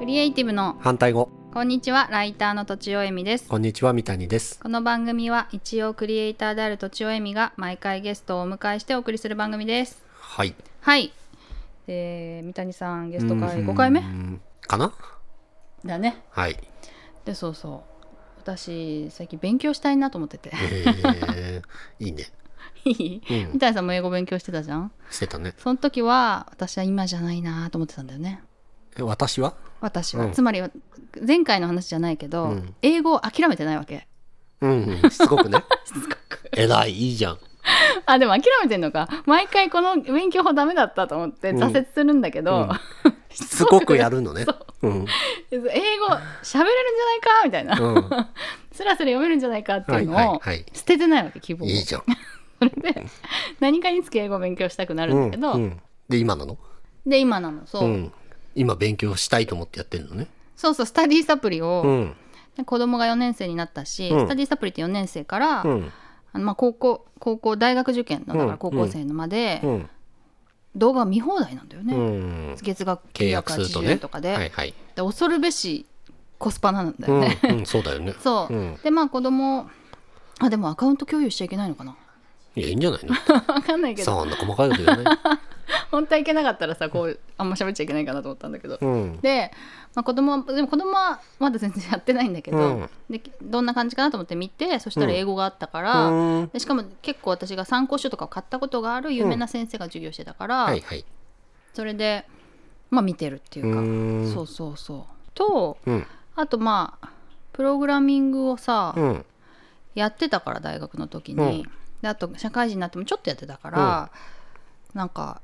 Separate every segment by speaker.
Speaker 1: エイティブの
Speaker 2: 反対語
Speaker 1: こんにちはライターのとちおえみです
Speaker 2: こんにちは三谷です
Speaker 1: この番組は一応クリエイターであるとちおえみが毎回ゲストをお迎えしてお送りする番組です
Speaker 2: はい
Speaker 1: はい、えー、三谷さんゲスト会5回目
Speaker 2: うんかな
Speaker 1: だね
Speaker 2: はい
Speaker 1: でそうそう私最近勉強したいなと思ってて
Speaker 2: えー、いいね
Speaker 1: いい
Speaker 2: うん
Speaker 1: 三谷さんも英語勉強してたじゃん
Speaker 2: してたね
Speaker 1: その時は私は今じゃないなと思ってたんだよね
Speaker 2: え私は
Speaker 1: 私は、
Speaker 2: うん
Speaker 1: つまりは前回の話じゃないけど、
Speaker 2: うん
Speaker 1: 英語を諦めてないわ け
Speaker 2: うんうんす ごくね
Speaker 1: すごく
Speaker 2: 偉いいいじゃん
Speaker 1: あでも諦めてんのか毎回この勉強法ダメだったと思って
Speaker 2: うん
Speaker 1: 挫折するんだけど、
Speaker 2: うん すごくやるのね
Speaker 1: そう
Speaker 2: うん
Speaker 1: 英語喋れるんじゃないかみたいな、
Speaker 2: うんは
Speaker 1: スラスラ読めるんじゃないかっていう
Speaker 2: い
Speaker 1: のを、
Speaker 2: はいはい
Speaker 1: 捨ててないわけ希望を
Speaker 2: いいじゃん
Speaker 1: 何かにつけ英語を勉強したくなるんだけど、
Speaker 2: うんうんで今なの
Speaker 1: で今なのそう、
Speaker 2: ん今勉強したいと思ってやってるのね
Speaker 1: そうそうスタディサプリ
Speaker 2: う
Speaker 1: を、
Speaker 2: ん
Speaker 1: 子供が4年生になったし、
Speaker 2: うん
Speaker 1: スタディサプリって4年生から、
Speaker 2: うん
Speaker 1: あのまあ高校高校大学受験のだか
Speaker 2: う
Speaker 1: ら
Speaker 2: ん
Speaker 1: 高校生のまで、
Speaker 2: うん
Speaker 1: 動画見放題なんだよね、
Speaker 2: うん
Speaker 1: 月額
Speaker 2: 契約すると
Speaker 1: 980
Speaker 2: ね
Speaker 1: 円とかで,、
Speaker 2: はいはい
Speaker 1: で恐るべしコスパなんだ
Speaker 2: う
Speaker 1: よ
Speaker 2: ん
Speaker 1: ね、
Speaker 2: うんそうだよね
Speaker 1: そう、
Speaker 2: うん
Speaker 1: でまあ子供あでもアカウント共有しちゃいけないのかな
Speaker 2: いやいいんじゃないの
Speaker 1: わかんないけど
Speaker 2: そんな細かいこと言わない
Speaker 1: 本当はいけなかったらさこうあんま喋っちゃいけないかなと思ったんだけど、
Speaker 2: うん
Speaker 1: で、まあ、子供はでも子供はまだ全然やってないんだけど、
Speaker 2: うん
Speaker 1: でどんな感じかなと思って見てそしたら英語があったから、
Speaker 2: うん
Speaker 1: でしかも結構私が参考書とかを買ったことがある有名な先生が授業してたから、
Speaker 2: はいはい
Speaker 1: それでまあ見てるっていううか、
Speaker 2: ーん
Speaker 1: そうそうそうと
Speaker 2: うん
Speaker 1: あとまあプログラミングをさ、
Speaker 2: うん
Speaker 1: やってたから大学の時
Speaker 2: う
Speaker 1: に、であと社会人になってもちょっとやってたから、なんか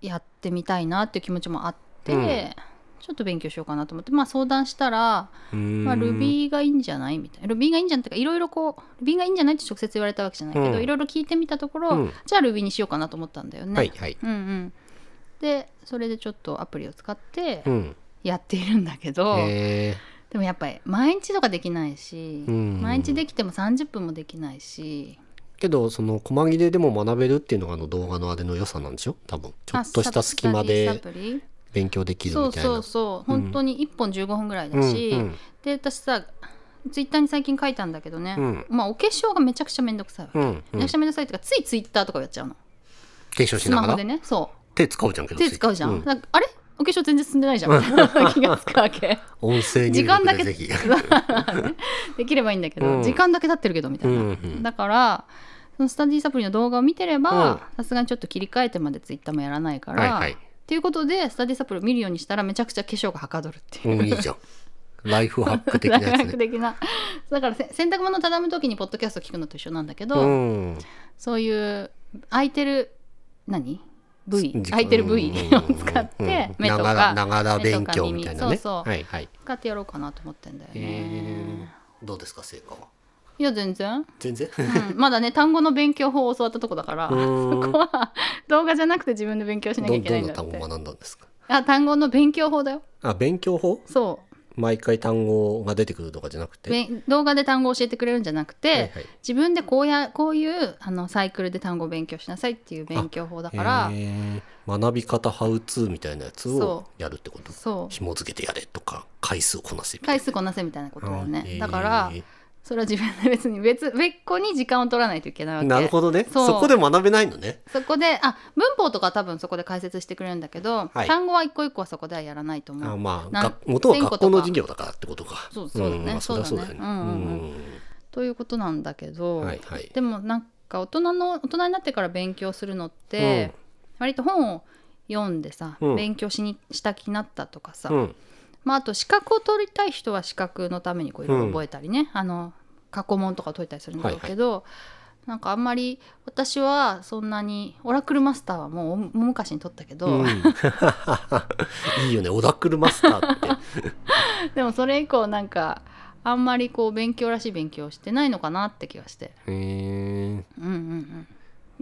Speaker 1: やってみたいなっていう気持ちもあって、
Speaker 2: うん
Speaker 1: ちょっと勉強しようかなと思って、まあ、相談したら、ま
Speaker 2: ま
Speaker 1: あ、Ruby がいいんじゃないみたいな Ruby がいいんじゃないってかいろいろこう Ruby がいいんじゃないって直接言われたわけじゃないけど、
Speaker 2: うん
Speaker 1: いろいろ聞いてみたところ、
Speaker 2: うん
Speaker 1: じゃあ Ruby にしようかなと思ったんだよね。
Speaker 2: はいはい
Speaker 1: うんうん、でそれでちょっとアプリを使って
Speaker 2: うん
Speaker 1: やっているんだけど、
Speaker 2: へ
Speaker 1: でもやっぱり毎日とかできないし、
Speaker 2: うん
Speaker 1: 毎日できても30分もできないし
Speaker 2: ーけどその細切れでも学べるっていうのがあの動画のあれの良さなんでしょ多分ちょっとした隙間
Speaker 1: あス
Speaker 2: で
Speaker 1: タディサプリ
Speaker 2: 勉強できる
Speaker 1: そ
Speaker 2: み
Speaker 1: う
Speaker 2: たいな
Speaker 1: そうそう本当に1本15分ぐらいだ
Speaker 2: ん
Speaker 1: し、
Speaker 2: うん
Speaker 1: で私さツイッターに最近書いたんだけどね、
Speaker 2: うん
Speaker 1: まあお化粧がめちゃくちゃめんどくさいわけ、
Speaker 2: うんうん
Speaker 1: めちゃくちゃめんどくさいっていうかついツイッターとかやっちゃうの
Speaker 2: 継承
Speaker 1: ス
Speaker 2: しな
Speaker 1: マホ
Speaker 2: が
Speaker 1: で
Speaker 2: ら
Speaker 1: ねそ
Speaker 2: 手使うじゃんけ
Speaker 1: う
Speaker 2: ど
Speaker 1: 手使うじゃん、
Speaker 2: う
Speaker 1: なんかあれお化粧全然進んでないじゃんみたいな気がつくわけ
Speaker 2: 音声入
Speaker 1: 時間だ
Speaker 2: 力
Speaker 1: け
Speaker 2: でぜひ
Speaker 1: できればいいんだけど、
Speaker 2: うん
Speaker 1: 時間だけ経ってるけどみた
Speaker 2: う
Speaker 1: いな、
Speaker 2: んうん
Speaker 1: だからそのスタディサプリの動画を見てれ
Speaker 2: うん
Speaker 1: ばさすがにちょっと切り替えてまでツイッターもやらないから、
Speaker 2: はいはい
Speaker 1: っていうことでスタディサプリを見るようにしたらめちゃくちゃ化粧がはかどるっていう
Speaker 2: う。んいいじゃんライフハック的な
Speaker 1: 大
Speaker 2: やつ
Speaker 1: 学
Speaker 2: ね
Speaker 1: 的なだからせ洗濯物畳む時にポッドキャスト聞くのと一緒なんだけど、
Speaker 2: うん
Speaker 1: そういう空いてる何部位
Speaker 2: 時間
Speaker 1: 空いてる部位
Speaker 2: うん
Speaker 1: を使っ
Speaker 2: うんう
Speaker 1: て
Speaker 2: ん
Speaker 1: 目と
Speaker 2: ながらな
Speaker 1: か
Speaker 2: がら勉強みたいな
Speaker 1: 目
Speaker 2: ね
Speaker 1: とか耳そうそう
Speaker 2: はいはい
Speaker 1: 使ってやろうかなと思ってんだよね。
Speaker 2: どうですか成果はい
Speaker 1: や全 然、
Speaker 2: 全然
Speaker 1: うん、まだね単語の勉強法を教わったとこだから、
Speaker 2: うん
Speaker 1: そこは動画じゃなくて自分で勉強しなきゃ
Speaker 2: ど
Speaker 1: い
Speaker 2: ん
Speaker 1: けな
Speaker 2: ど
Speaker 1: い
Speaker 2: ん
Speaker 1: ん
Speaker 2: な
Speaker 1: だっ
Speaker 2: 単
Speaker 1: て
Speaker 2: 語を学んだんですか
Speaker 1: あ単語の勉強法だよ
Speaker 2: あ勉強法
Speaker 1: そ
Speaker 2: 毎回単語が出てくるとかじゃなく
Speaker 1: う
Speaker 2: て、
Speaker 1: べん動画で単語を教えてくれるんじゃなくて、
Speaker 2: はいはい
Speaker 1: 自分でこうやこういうあのサイクルで単語を勉強しなさいっていう勉強法だから
Speaker 2: へー学び方ハウツーみたいなやつを
Speaker 1: そ
Speaker 2: やるってこと
Speaker 1: そう
Speaker 2: 紐付けてやれとか回数をこなせみたい
Speaker 1: 回数こなせみたいなことだよ
Speaker 2: な
Speaker 1: ねだから
Speaker 2: へ
Speaker 1: それは自分で別に別別個に時間を取らないといけないわ
Speaker 2: ー
Speaker 1: け
Speaker 2: なるほどね
Speaker 1: そ
Speaker 2: そうこで学べないのね
Speaker 1: そこであ文法とかは多分そこで解説してくれるんだけど、
Speaker 2: はい
Speaker 1: 単語は一個一個はそこではやらないと思
Speaker 2: あ
Speaker 1: う
Speaker 2: まあ
Speaker 1: なん
Speaker 2: が元は
Speaker 1: 千個
Speaker 2: 学
Speaker 1: とか
Speaker 2: 校の授業だからってことか
Speaker 1: そうそうだね
Speaker 2: んまあそれはそうだよ
Speaker 1: そう
Speaker 2: ね
Speaker 1: だねうんうんということなんだけど、
Speaker 2: うんはいはい
Speaker 1: でもなんか大人の大人になってから勉強するのって、割と本を読んでさ、
Speaker 2: うん
Speaker 1: 勉強しにした気になったとかさ、
Speaker 2: うん
Speaker 1: まあ、あと資格を取りたい人は資格のためにこういろいろ覚えたりね、あの過去問とかを解いたりするんだろうけど、なんかあんまり私はそんなにオラクルマスターはもう大昔に取ったけど、
Speaker 2: うんいいよねオラクルマスターって
Speaker 1: でもそれ以降なんかあんまりこう勉強らしい勉強をしてないのかなって気がして
Speaker 2: へー
Speaker 1: うんうんうん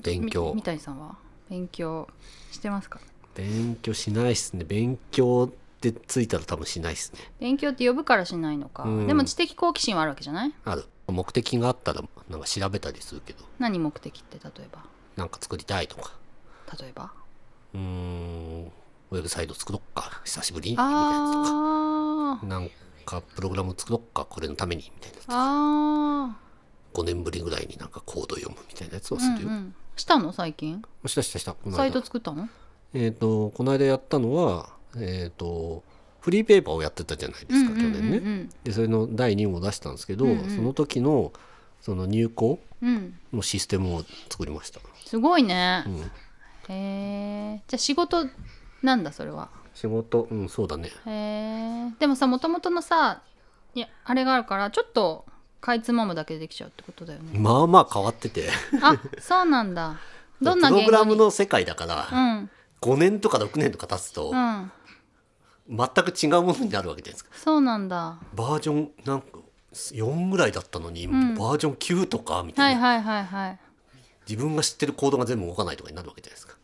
Speaker 2: 勉強
Speaker 1: み三谷さんは勉強してますか
Speaker 2: 勉強しないっすね勉強ってついたら多分しないっすね
Speaker 1: 勉強って呼ぶからしないのか、
Speaker 2: うん
Speaker 1: でも知的好奇心はあるわけじゃない
Speaker 2: ある目的があったらなんか調べたりするけど
Speaker 1: 何目的って例えば
Speaker 2: なんか作りたいとか
Speaker 1: 例えば
Speaker 2: うーんウェブサイト作ろっか久しぶりにみたいなやつとか
Speaker 1: ああー
Speaker 2: なんかプログラム作ろっかこれのためにみたいな
Speaker 1: あ
Speaker 2: 5年ぶりぐらいになんかコード読むみたいなやつを
Speaker 1: ー、
Speaker 2: す
Speaker 1: うん
Speaker 2: るよ、
Speaker 1: うん、したの最近
Speaker 2: したしたしたこの
Speaker 1: サイ
Speaker 2: 間
Speaker 1: ト作ったの
Speaker 2: えっ、とこの間やったのはえっ、とフリーペーパーをやってたじゃないですか、
Speaker 1: うんうん
Speaker 2: 去年ねでそれの第2部を出したんですけど、
Speaker 1: うんうん
Speaker 2: その時のその入稿
Speaker 1: うんうん、うん、
Speaker 2: のシステムを作りました、
Speaker 1: すごいね
Speaker 2: う、ん、
Speaker 1: へえじゃあ仕事なんだそれは
Speaker 2: 仕事うんそうだね
Speaker 1: へえでもさもともとのさいやあれがあるからちょっとかいつまむだけでできちゃうってことだよ ね
Speaker 2: まあまあ変わってて
Speaker 1: あそうなんだどんな
Speaker 2: プ
Speaker 1: 言語
Speaker 2: ロ
Speaker 1: に
Speaker 2: グラムの世界だから、
Speaker 1: うん
Speaker 2: 5年とか6年とか経つと、
Speaker 1: うん
Speaker 2: 全く違うものになるわけじゃないですか
Speaker 1: そうなんだ
Speaker 2: バージョンなんか4ぐらいだったのに、
Speaker 1: ん
Speaker 2: バージョン9とかみた
Speaker 1: はいい
Speaker 2: な、
Speaker 1: はいはいはい
Speaker 2: 自分が知ってるコードが全部動かないとかになるわけじゃないですか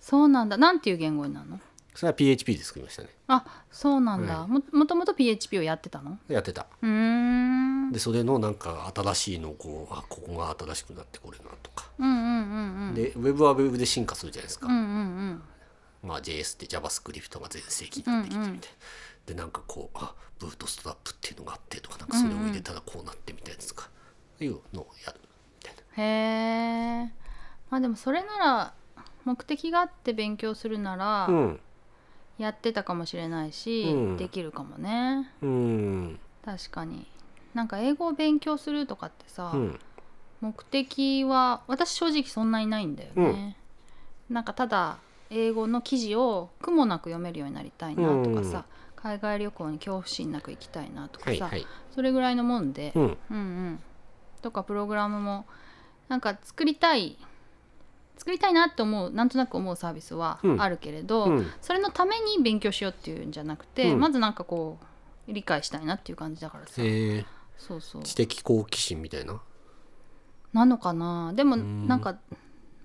Speaker 1: そうなんだなんていう言語になるの
Speaker 2: それは PHP で作りましたね
Speaker 1: あそうなんだ、
Speaker 2: は
Speaker 1: ももともと PHP をやってたの
Speaker 2: やってた
Speaker 1: うーんうん
Speaker 2: でそれのなんか新しいのをこうあここが新しくなってこれなとか、
Speaker 1: うんうんうん
Speaker 2: でウェブはウェブで進化するじゃないですか、
Speaker 1: うんうん
Speaker 2: まあ、JS って JavaScript が全盛期になってきてみたいな、でなんかこうあブートストラップっていうのがあってとかなんかそれを入れたらこうなってみたいなやつか、いうのをやるみたいな
Speaker 1: うんへえまあでもそれなら目的があって勉強するなら、
Speaker 2: うん
Speaker 1: やってたかもしれないし、
Speaker 2: うん
Speaker 1: できるかもね
Speaker 2: うん
Speaker 1: 確かになんか英語を勉強するとかってさ、
Speaker 2: うん
Speaker 1: 目的は私正直そんなにないんだよね、なんかただ英語の記事を苦もなく読めるようになりたいなとかさ、海外旅行に恐怖心なく行きたいなとか
Speaker 2: はい
Speaker 1: さ、
Speaker 2: はい
Speaker 1: それぐらいのもんで、
Speaker 2: うん
Speaker 1: うんうんとかプログラムもなんか作りたい作りたいなって思うなんとなく思うサービスは
Speaker 2: うん
Speaker 1: あるけれど、
Speaker 2: うん
Speaker 1: それのために勉強しようっていうんじゃなくて、
Speaker 2: うん
Speaker 1: まずなんかこう理解したいなっていう感じだからさ、
Speaker 2: えー
Speaker 1: そうそう
Speaker 2: 知的好奇心みたいな
Speaker 1: なのかなでも
Speaker 2: ん
Speaker 1: なんか、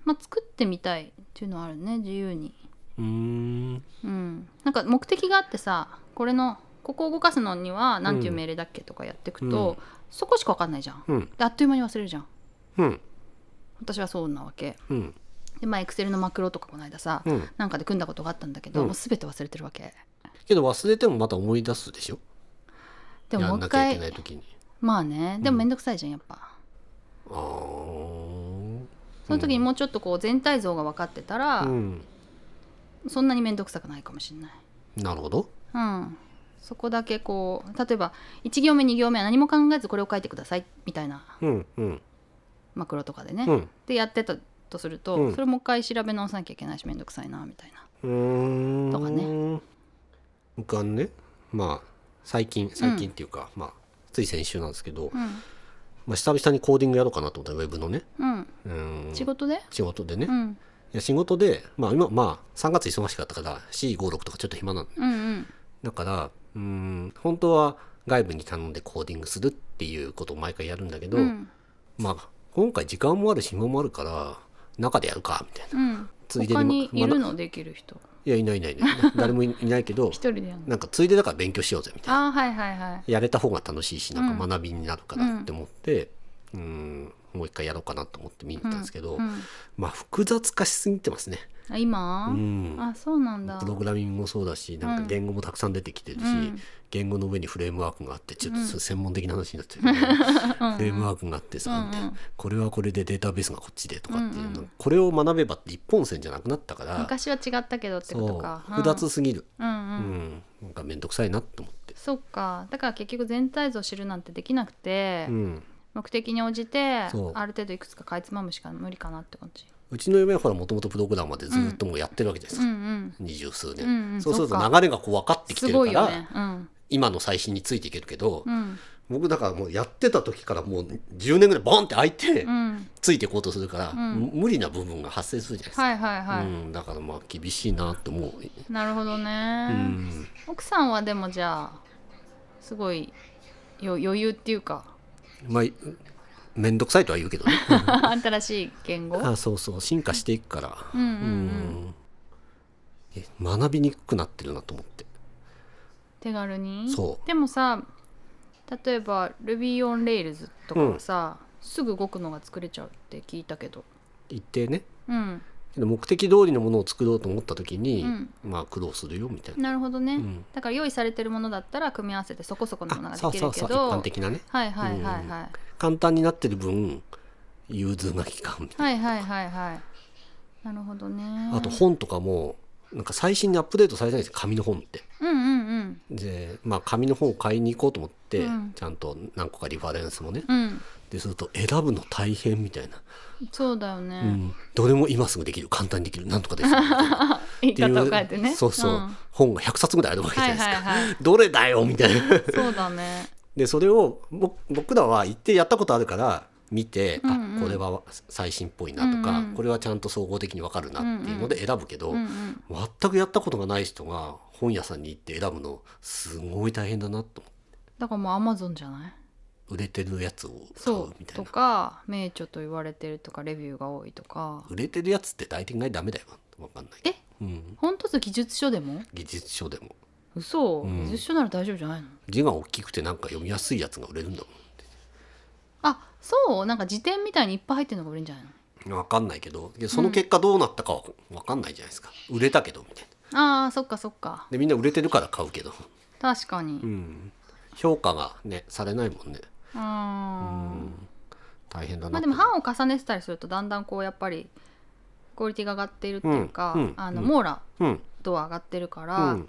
Speaker 1: まあ、作ってみたいっていうのはあるね自由に
Speaker 2: うーん
Speaker 1: うんなんか目的があってさこれのここを動かすのには何ていう命令だっけとかやっていくと、
Speaker 2: うん
Speaker 1: そこしか分かんないじゃん
Speaker 2: うん
Speaker 1: であっという間に忘れるじゃん
Speaker 2: うん
Speaker 1: 私はそうなわけ
Speaker 2: うん
Speaker 1: でまあエクセルのマクロとかこの間さ、
Speaker 2: うん
Speaker 1: なんかで組んだことがあったんだけど、
Speaker 2: うん
Speaker 1: もう全て忘れてるわけ
Speaker 2: けど忘れてもまた思い出すでしょ
Speaker 1: でも
Speaker 2: や
Speaker 1: もうん一
Speaker 2: なきゃい
Speaker 1: 回
Speaker 2: けない時に
Speaker 1: まあねでも面倒くさいじゃんやっぱ。
Speaker 2: あー
Speaker 1: その時にもうちょっとこう全体像が分かってたら、
Speaker 2: うん
Speaker 1: そんなに面倒くさくないかもしれない。
Speaker 2: なるほど
Speaker 1: うん、そこだけこう例えば1行目2行目は何も考えずこれを書いてくださいみたいな
Speaker 2: うんうん
Speaker 1: マクロとかでね、
Speaker 2: うん
Speaker 1: でやってたとすると、
Speaker 2: うん
Speaker 1: それもう一回調べ直さなきゃいけないし面倒くさいなみたいな。
Speaker 2: うーん
Speaker 1: とか
Speaker 2: ね僕はねまあ最近最近っていうか、まあつい先週なんですけど、まあ、久々にコーディングやろうかなと思ったウェブのね
Speaker 1: うん、うん、
Speaker 2: うーん
Speaker 1: 仕事で、
Speaker 2: 仕事でね、
Speaker 1: う
Speaker 2: い
Speaker 1: ん、
Speaker 2: や仕事でまあ今まあ3月忙しかったから456とかちょっと暇なの
Speaker 1: うんうん
Speaker 2: だからうーん本当は外部に頼んでコーディングするっていうことを毎回やるんだけど、
Speaker 1: うん
Speaker 2: まあ今回時間もあるし暇もあるから中でやるかみたいな
Speaker 1: うん
Speaker 2: ついでに
Speaker 1: 他にいる
Speaker 2: ま
Speaker 1: のできる人
Speaker 2: いやいないいない、ね、 誰もいないけど
Speaker 1: 一人でやるの
Speaker 2: なんかついでだから勉強しようぜみたいな
Speaker 1: ああはいはいはい
Speaker 2: やれた方が楽しいしなんか学びになるか
Speaker 1: うん
Speaker 2: らって思って、うーん、もう一回やろうかなと思って見に行ったんですけど、
Speaker 1: うん
Speaker 2: まあ複雑化しすぎてますね。
Speaker 1: あ今、
Speaker 2: うん
Speaker 1: あそうなんだ
Speaker 2: プログラミングもそうだしなんか言語もたくさん出てきてるし、
Speaker 1: うん
Speaker 2: 言語の上にフレームワークがあってちょっとそれ専門的な話になってるけど、フレームワークがあってさ、
Speaker 1: うんうん
Speaker 2: みたいなこれはこれでデータベースがこっちでとかっていうの、
Speaker 1: うんうん
Speaker 2: これを学べばって一本線じゃなくなったから
Speaker 1: 昔は違ったけどってこと
Speaker 2: そ
Speaker 1: か
Speaker 2: う複雑すぎる、
Speaker 1: うんうん、
Speaker 2: う
Speaker 1: うん
Speaker 2: ん、なんか面倒くさいなと思って。
Speaker 1: そっかだから結局全体像を知るなんてできなくて、
Speaker 2: うん
Speaker 1: 目的に応じてある
Speaker 2: そう
Speaker 1: 程度いくつかかいつまむしか無理かなって感じ
Speaker 2: うちの嫁はほらもともとプログラマーでずっともうやってるわけじゃないで
Speaker 1: う
Speaker 2: すか
Speaker 1: んうん
Speaker 2: 二十数
Speaker 1: うん
Speaker 2: 年、
Speaker 1: うん
Speaker 2: そうすると
Speaker 1: そっ
Speaker 2: 流れがこう分かってき
Speaker 1: す
Speaker 2: てるか
Speaker 1: ご
Speaker 2: ら
Speaker 1: いよねうん
Speaker 2: 今の最新についていけるけど、
Speaker 1: うん
Speaker 2: 僕だからもうやってた時からもう10年ぐらいボンって開いて
Speaker 1: うん
Speaker 2: ついていこうとするから、
Speaker 1: ん
Speaker 2: 無理な部分が発生するじゃないですか、
Speaker 1: はいはいはい、
Speaker 2: うん、だからまあ厳しいなと思う、
Speaker 1: なるほどね、
Speaker 2: うん、
Speaker 1: 奥さんはでもじゃあすごいよ余裕っていうか
Speaker 2: まあ面倒くさいとは言う けどね
Speaker 1: 新しい言語
Speaker 2: あそうそう進化していくから、
Speaker 1: うんうんう
Speaker 2: うんんえ学びにくくなってるなと思って
Speaker 1: 手軽に
Speaker 2: そう
Speaker 1: でもさ例えば Ruby on Rails とかはさ、すぐ動くのが作れちゃうって聞いたけど
Speaker 2: 一定ね
Speaker 1: うん
Speaker 2: けど目的通りのものを作ろうと思った時に、
Speaker 1: うん
Speaker 2: まあ苦労するよみたいな。
Speaker 1: なるほどね、
Speaker 2: うん
Speaker 1: だから用意されてるものだったら組み合わせてそこそこのものが
Speaker 2: あ
Speaker 1: で
Speaker 2: そう
Speaker 1: き
Speaker 2: そ
Speaker 1: る
Speaker 2: う
Speaker 1: け
Speaker 2: そ
Speaker 1: ど
Speaker 2: う一般的なね
Speaker 1: はいはいはいはい、
Speaker 2: 簡単になってる分融通が利かんみたいな
Speaker 1: はいはいはいはいなるほどね
Speaker 2: あと本とかもなんか最新にアップデートされてないんですよ紙の本って。
Speaker 1: うんうんうん
Speaker 2: でまあ紙の本を買いに行こうと思って、
Speaker 1: うん
Speaker 2: ちゃんと何個かリファレンスもね。
Speaker 1: うん
Speaker 2: ですると選ぶの大変みたいな、
Speaker 1: そうだよね、
Speaker 2: うんどれも今すぐできる簡単にできるなんとかできるみたいな。
Speaker 1: 言い
Speaker 2: っていう
Speaker 1: 方を変えてね
Speaker 2: そうそう、
Speaker 1: ん
Speaker 2: 本が100冊ぐらいあるわけじゃ
Speaker 1: は
Speaker 2: ない
Speaker 1: い
Speaker 2: ですか、
Speaker 1: はいはい
Speaker 2: どれだよみたいな
Speaker 1: そうだね
Speaker 2: でそれをぼ僕らは一定やったことあるから見て、
Speaker 1: うんうん
Speaker 2: あこれは最新っぽいなとか、
Speaker 1: うんうん
Speaker 2: これはちゃんと総合的に分かるなっていうので選ぶけど、
Speaker 1: うんうん
Speaker 2: 全くやったことがない人が本屋さんに行って選ぶのすごい大変だなと思
Speaker 1: だからもうアマゾンじゃないう
Speaker 2: 売れてるやつを買
Speaker 1: そう
Speaker 2: み
Speaker 1: う
Speaker 2: た
Speaker 1: と
Speaker 2: いな
Speaker 1: か名著と言われてるとかレビューが多いとか
Speaker 2: 売れてるやつって大体がダメだよ分かんない
Speaker 1: え
Speaker 2: うん、
Speaker 1: 本当と技術書でも
Speaker 2: 技術書でも
Speaker 1: 嘘、
Speaker 2: ん
Speaker 1: 技術書なら大丈夫じゃないの
Speaker 2: 字が大きくてなんか読みやすいやつが売れるんだ
Speaker 1: あそうなんか辞典みたいにいっぱい入ってるのが売れるんじゃないの
Speaker 2: もん分かんないけどでその結果どうなったかは分かんないじゃないですか売れたけどみたいな
Speaker 1: あーそっかそっか
Speaker 2: でみんな売れてるから買うけど、
Speaker 1: 確かに、
Speaker 2: うん、評価がねされないもんね
Speaker 1: あー
Speaker 2: 大変だな
Speaker 1: まあでも版を重ねてたりするとだんだんこうやっぱりクオリティが上がっているっていうか、
Speaker 2: うんうん
Speaker 1: あの
Speaker 2: うん
Speaker 1: 網羅
Speaker 2: うん
Speaker 1: 度は上がってるか
Speaker 2: う
Speaker 1: ら、
Speaker 2: ん、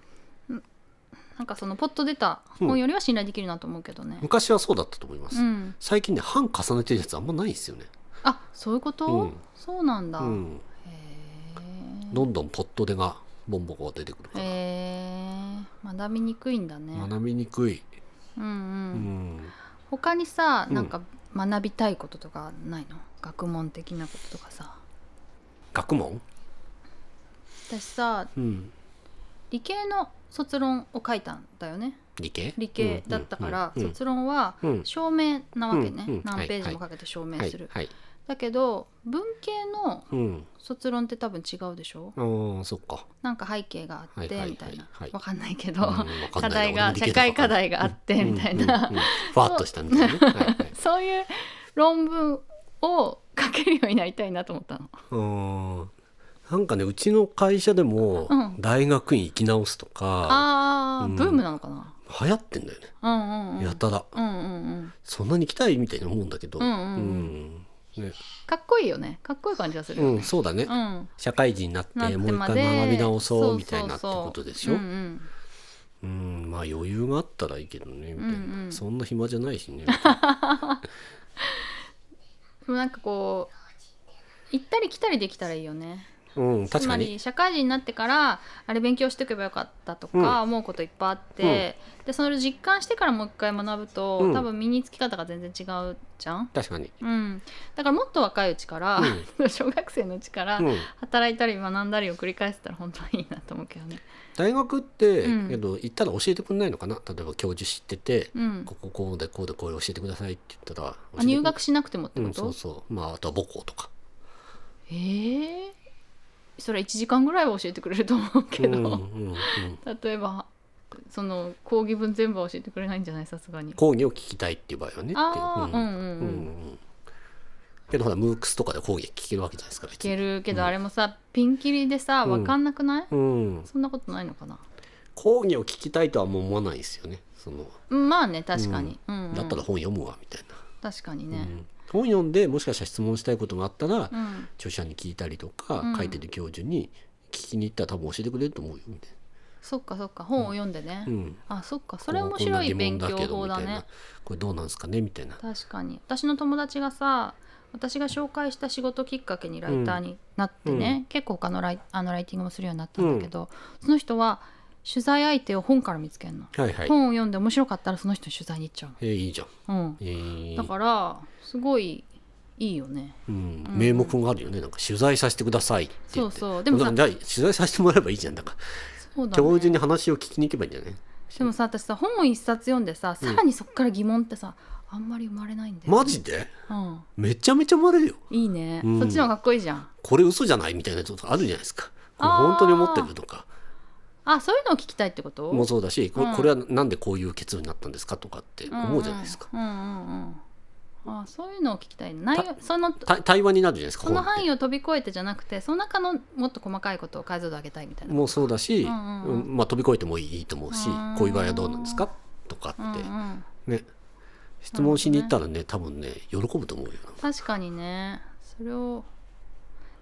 Speaker 1: なんかそのポッと出た本よりは信頼できるなと思うけどね。
Speaker 2: 昔はそうだったと思います、
Speaker 1: うん、
Speaker 2: 最近ね版重ねてるやつあんまないですよね、
Speaker 1: あそういうこと、
Speaker 2: うん
Speaker 1: そうなんだ。
Speaker 2: うん、
Speaker 1: へ
Speaker 2: どんどんポットでがボンボコ出てくる
Speaker 1: え。
Speaker 2: か
Speaker 1: へ
Speaker 2: ら、
Speaker 1: え。学びにくいんだね。
Speaker 2: 学びにくい、
Speaker 1: うんうん。
Speaker 2: うん、
Speaker 1: 他にさ
Speaker 2: うん
Speaker 1: なんか学びたいこととかないの、学問的なこととかさ。
Speaker 2: 学問、
Speaker 1: 私さ
Speaker 2: うん、
Speaker 1: 理系の卒論を書いたんだよね。
Speaker 2: 理系
Speaker 1: 理系だったから、
Speaker 2: うんうん
Speaker 1: 卒論は
Speaker 2: うん
Speaker 1: 証明なわけね、
Speaker 2: うんうん
Speaker 1: 何ページもかけて証明する、
Speaker 2: はい、はい
Speaker 1: だけど文系の
Speaker 2: うん
Speaker 1: 卒論って多分違うでしょ
Speaker 2: あーそっか
Speaker 1: なんか背景があって
Speaker 2: はいはいはい
Speaker 1: みたいな、
Speaker 2: はい
Speaker 1: わかんないけ
Speaker 2: うん
Speaker 1: ど、
Speaker 2: わかんない
Speaker 1: 課題が
Speaker 2: 俺も理
Speaker 1: 社
Speaker 2: 系だから
Speaker 1: 会課題があってみたいな、
Speaker 2: うんうんうんふわっとしたんですね、はい はい、
Speaker 1: そういう論文を書けるようになりたいなと思ったの。
Speaker 2: うーんなんかねうちの会社でも
Speaker 1: うん
Speaker 2: 大学院行き直すとか、
Speaker 1: あー、
Speaker 2: うん
Speaker 1: ブームなのかな。
Speaker 2: 流行ってんだよね、
Speaker 1: うんうんうん。
Speaker 2: やたら
Speaker 1: うんうんうん。
Speaker 2: そんなに行きたいみたいに思うんだけど
Speaker 1: うんうん
Speaker 2: うんね
Speaker 1: かっこいいよね。かっこいい感じがする
Speaker 2: う
Speaker 1: よ
Speaker 2: ん
Speaker 1: ね。
Speaker 2: そうだね、
Speaker 1: うん。
Speaker 2: 社会人になって
Speaker 1: なって
Speaker 2: もう一
Speaker 1: ま
Speaker 2: 回
Speaker 1: で
Speaker 2: 学び直そうみたい
Speaker 1: そ
Speaker 2: な
Speaker 1: う
Speaker 2: って
Speaker 1: そうそう
Speaker 2: ことでしょ
Speaker 1: うんうん
Speaker 2: うんまあ余裕があったらいいけどねみたいな、
Speaker 1: うんうん
Speaker 2: そんな暇じゃない しね
Speaker 1: でもなんかこう行ったり来たりできたらいいよね
Speaker 2: うん
Speaker 1: つ
Speaker 2: 確か
Speaker 1: ま
Speaker 2: に
Speaker 1: り社会人になってからあれ勉強しておけばよかったとか思うこといっぱいあって、でそれを実感してからもう一回学ぶと、
Speaker 2: うん
Speaker 1: 多分身につき方が全然違うじゃん、
Speaker 2: 確かに
Speaker 1: うん、だからもっと若いうちから、 小学生のうちから
Speaker 2: うん
Speaker 1: 働いたり学んだりを繰り返せたら本当にいいなと思うけどね。
Speaker 2: 大学って、
Speaker 1: うん
Speaker 2: けど行ったら教えてくれないのかな例えば教授知ってて、
Speaker 1: うん、
Speaker 2: こここうでこうでこれ教えてくださいって言ったら
Speaker 1: あ
Speaker 2: 教えてくれ
Speaker 1: 入学しなくてもって
Speaker 2: う
Speaker 1: こ
Speaker 2: ん、
Speaker 1: と、
Speaker 2: そうそうまああとは母校とか
Speaker 1: えーそれ1時間ぐらいは教えてくれると思うけど。
Speaker 2: うんうんうん、
Speaker 1: 例えばその講義文全部は教えてくれないんじゃないさすがに
Speaker 2: 講義を聞きたいっていう場合はね
Speaker 1: ああ
Speaker 2: っ
Speaker 1: う
Speaker 2: てい
Speaker 1: んうんうん
Speaker 2: うう、んうんけどほらムークスとかで講義聞けるわけじゃないですか
Speaker 1: い
Speaker 2: 別
Speaker 1: け
Speaker 2: に
Speaker 1: るけど、
Speaker 2: うん
Speaker 1: あれもさピンキリでさ
Speaker 2: うん
Speaker 1: 分かんなくない、
Speaker 2: うん
Speaker 1: そんなことないのかな
Speaker 2: 講義を聞きたいとはもう思わないですよねその
Speaker 1: うんまあね確かに、うんうん
Speaker 2: だったら本読むわみたい
Speaker 1: 確かに
Speaker 2: な、
Speaker 1: ね
Speaker 2: うん本読んでもしかしたら質問したいことがあったら、
Speaker 1: うん、
Speaker 2: 著者に聞いたりとか、
Speaker 1: うん
Speaker 2: 書いてる教授に聞きに行ったら多分教えてくれると思うよみたい
Speaker 1: そっかそっか本を読んでね、
Speaker 2: な、うん、
Speaker 1: あそっかそれ面白い
Speaker 2: こうこん
Speaker 1: 勉
Speaker 2: な疑
Speaker 1: 強
Speaker 2: 問
Speaker 1: 法だ
Speaker 2: けどみたい
Speaker 1: ね
Speaker 2: なこれどうなんですかねみたいな
Speaker 1: 確かに私の友達がさ私が紹介した仕事きっかけにライターになってね、結構他のライあのライティングもするようになったんだけど、その人は取材相手を本から見つけるの。
Speaker 2: はいはい、
Speaker 1: 本を読んで面白かったらその人に取材に行っちゃ
Speaker 2: えーいいじゃん、
Speaker 1: うの、
Speaker 2: え
Speaker 1: う
Speaker 2: ー
Speaker 1: ん、だからすごいいいよね
Speaker 2: うん、名目があるよねなんか取材させてくださいって言って
Speaker 1: そうそうでもさ
Speaker 2: だからじゃあ取材させてもらえばいいじゃんだから、
Speaker 1: そうだね
Speaker 2: 教授に話を聞きに行けばいいんじゃない
Speaker 1: でもさ私さ本を一冊読んでささらにそっから疑問ってさ、あんまり生まれないんだよ、
Speaker 2: マジで
Speaker 1: うん、
Speaker 2: めちゃめちゃ生まれるよ
Speaker 1: いいね、
Speaker 2: うん
Speaker 1: そっちの方がかっこいいじゃん
Speaker 2: これ嘘じゃないみたいなことあるじゃないですかこれ
Speaker 1: あー
Speaker 2: 本当に思ってるとか
Speaker 1: あそういうのを聞きたいってこと
Speaker 2: もそうだしこ
Speaker 1: うん
Speaker 2: これはなんでこういう結論になったんですかとかって思うじゃないですか、
Speaker 1: うんうんうんうんあそういうのを聞きたいな内容その
Speaker 2: 対対話になるじゃないですか
Speaker 1: その範
Speaker 2: 囲
Speaker 1: 囲を飛び越えてじゃなくてその中のもっと細かいことを解像度上げたいみたいな
Speaker 2: もうそうだし、
Speaker 1: うんうんうん
Speaker 2: うんまあ、飛び越えてもいいと思う
Speaker 1: う
Speaker 2: し
Speaker 1: ん
Speaker 2: こういう場合はどうなんですかとか
Speaker 1: うん
Speaker 2: っ
Speaker 1: う
Speaker 2: て、
Speaker 1: ん、
Speaker 2: ね質問しに行ったらね多分ね喜ぶと思うよ
Speaker 1: 確かにねそれを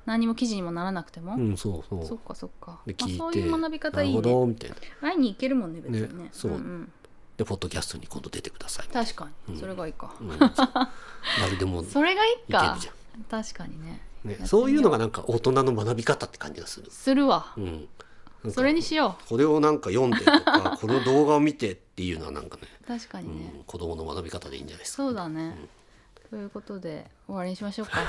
Speaker 1: 何も記事にもならなくても、
Speaker 2: うんそうそう
Speaker 1: そっかそっか、
Speaker 2: で
Speaker 1: まあ
Speaker 2: 聞いて、
Speaker 1: そういう学び方いい
Speaker 2: なる
Speaker 1: ね
Speaker 2: ほどみたいな
Speaker 1: 会いに行けるもんね別にね
Speaker 2: ねそうんでポッドキャストに今度出てくださいみたい
Speaker 1: 確かにそれがいいか、
Speaker 2: な、うん、 そう誰でも
Speaker 1: それがいいか
Speaker 2: いける
Speaker 1: 確かにね
Speaker 2: ね、そういうのがなんか大人の学び方って感じがする。
Speaker 1: するわ
Speaker 2: うん、なんか
Speaker 1: それにしよ
Speaker 2: これをなんか読んでと かこの動画を見てっていうのはなんかね、
Speaker 1: う確かに
Speaker 2: う
Speaker 1: ね、
Speaker 2: ん、子供の学び方でいいんじゃないですか。
Speaker 1: そうだね、ということで終 わりにしましょうか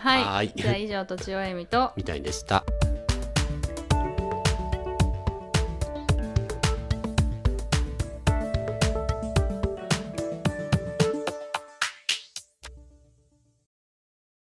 Speaker 1: はい
Speaker 2: はい
Speaker 1: じゃあ以上とちおえみと
Speaker 2: みたいでした。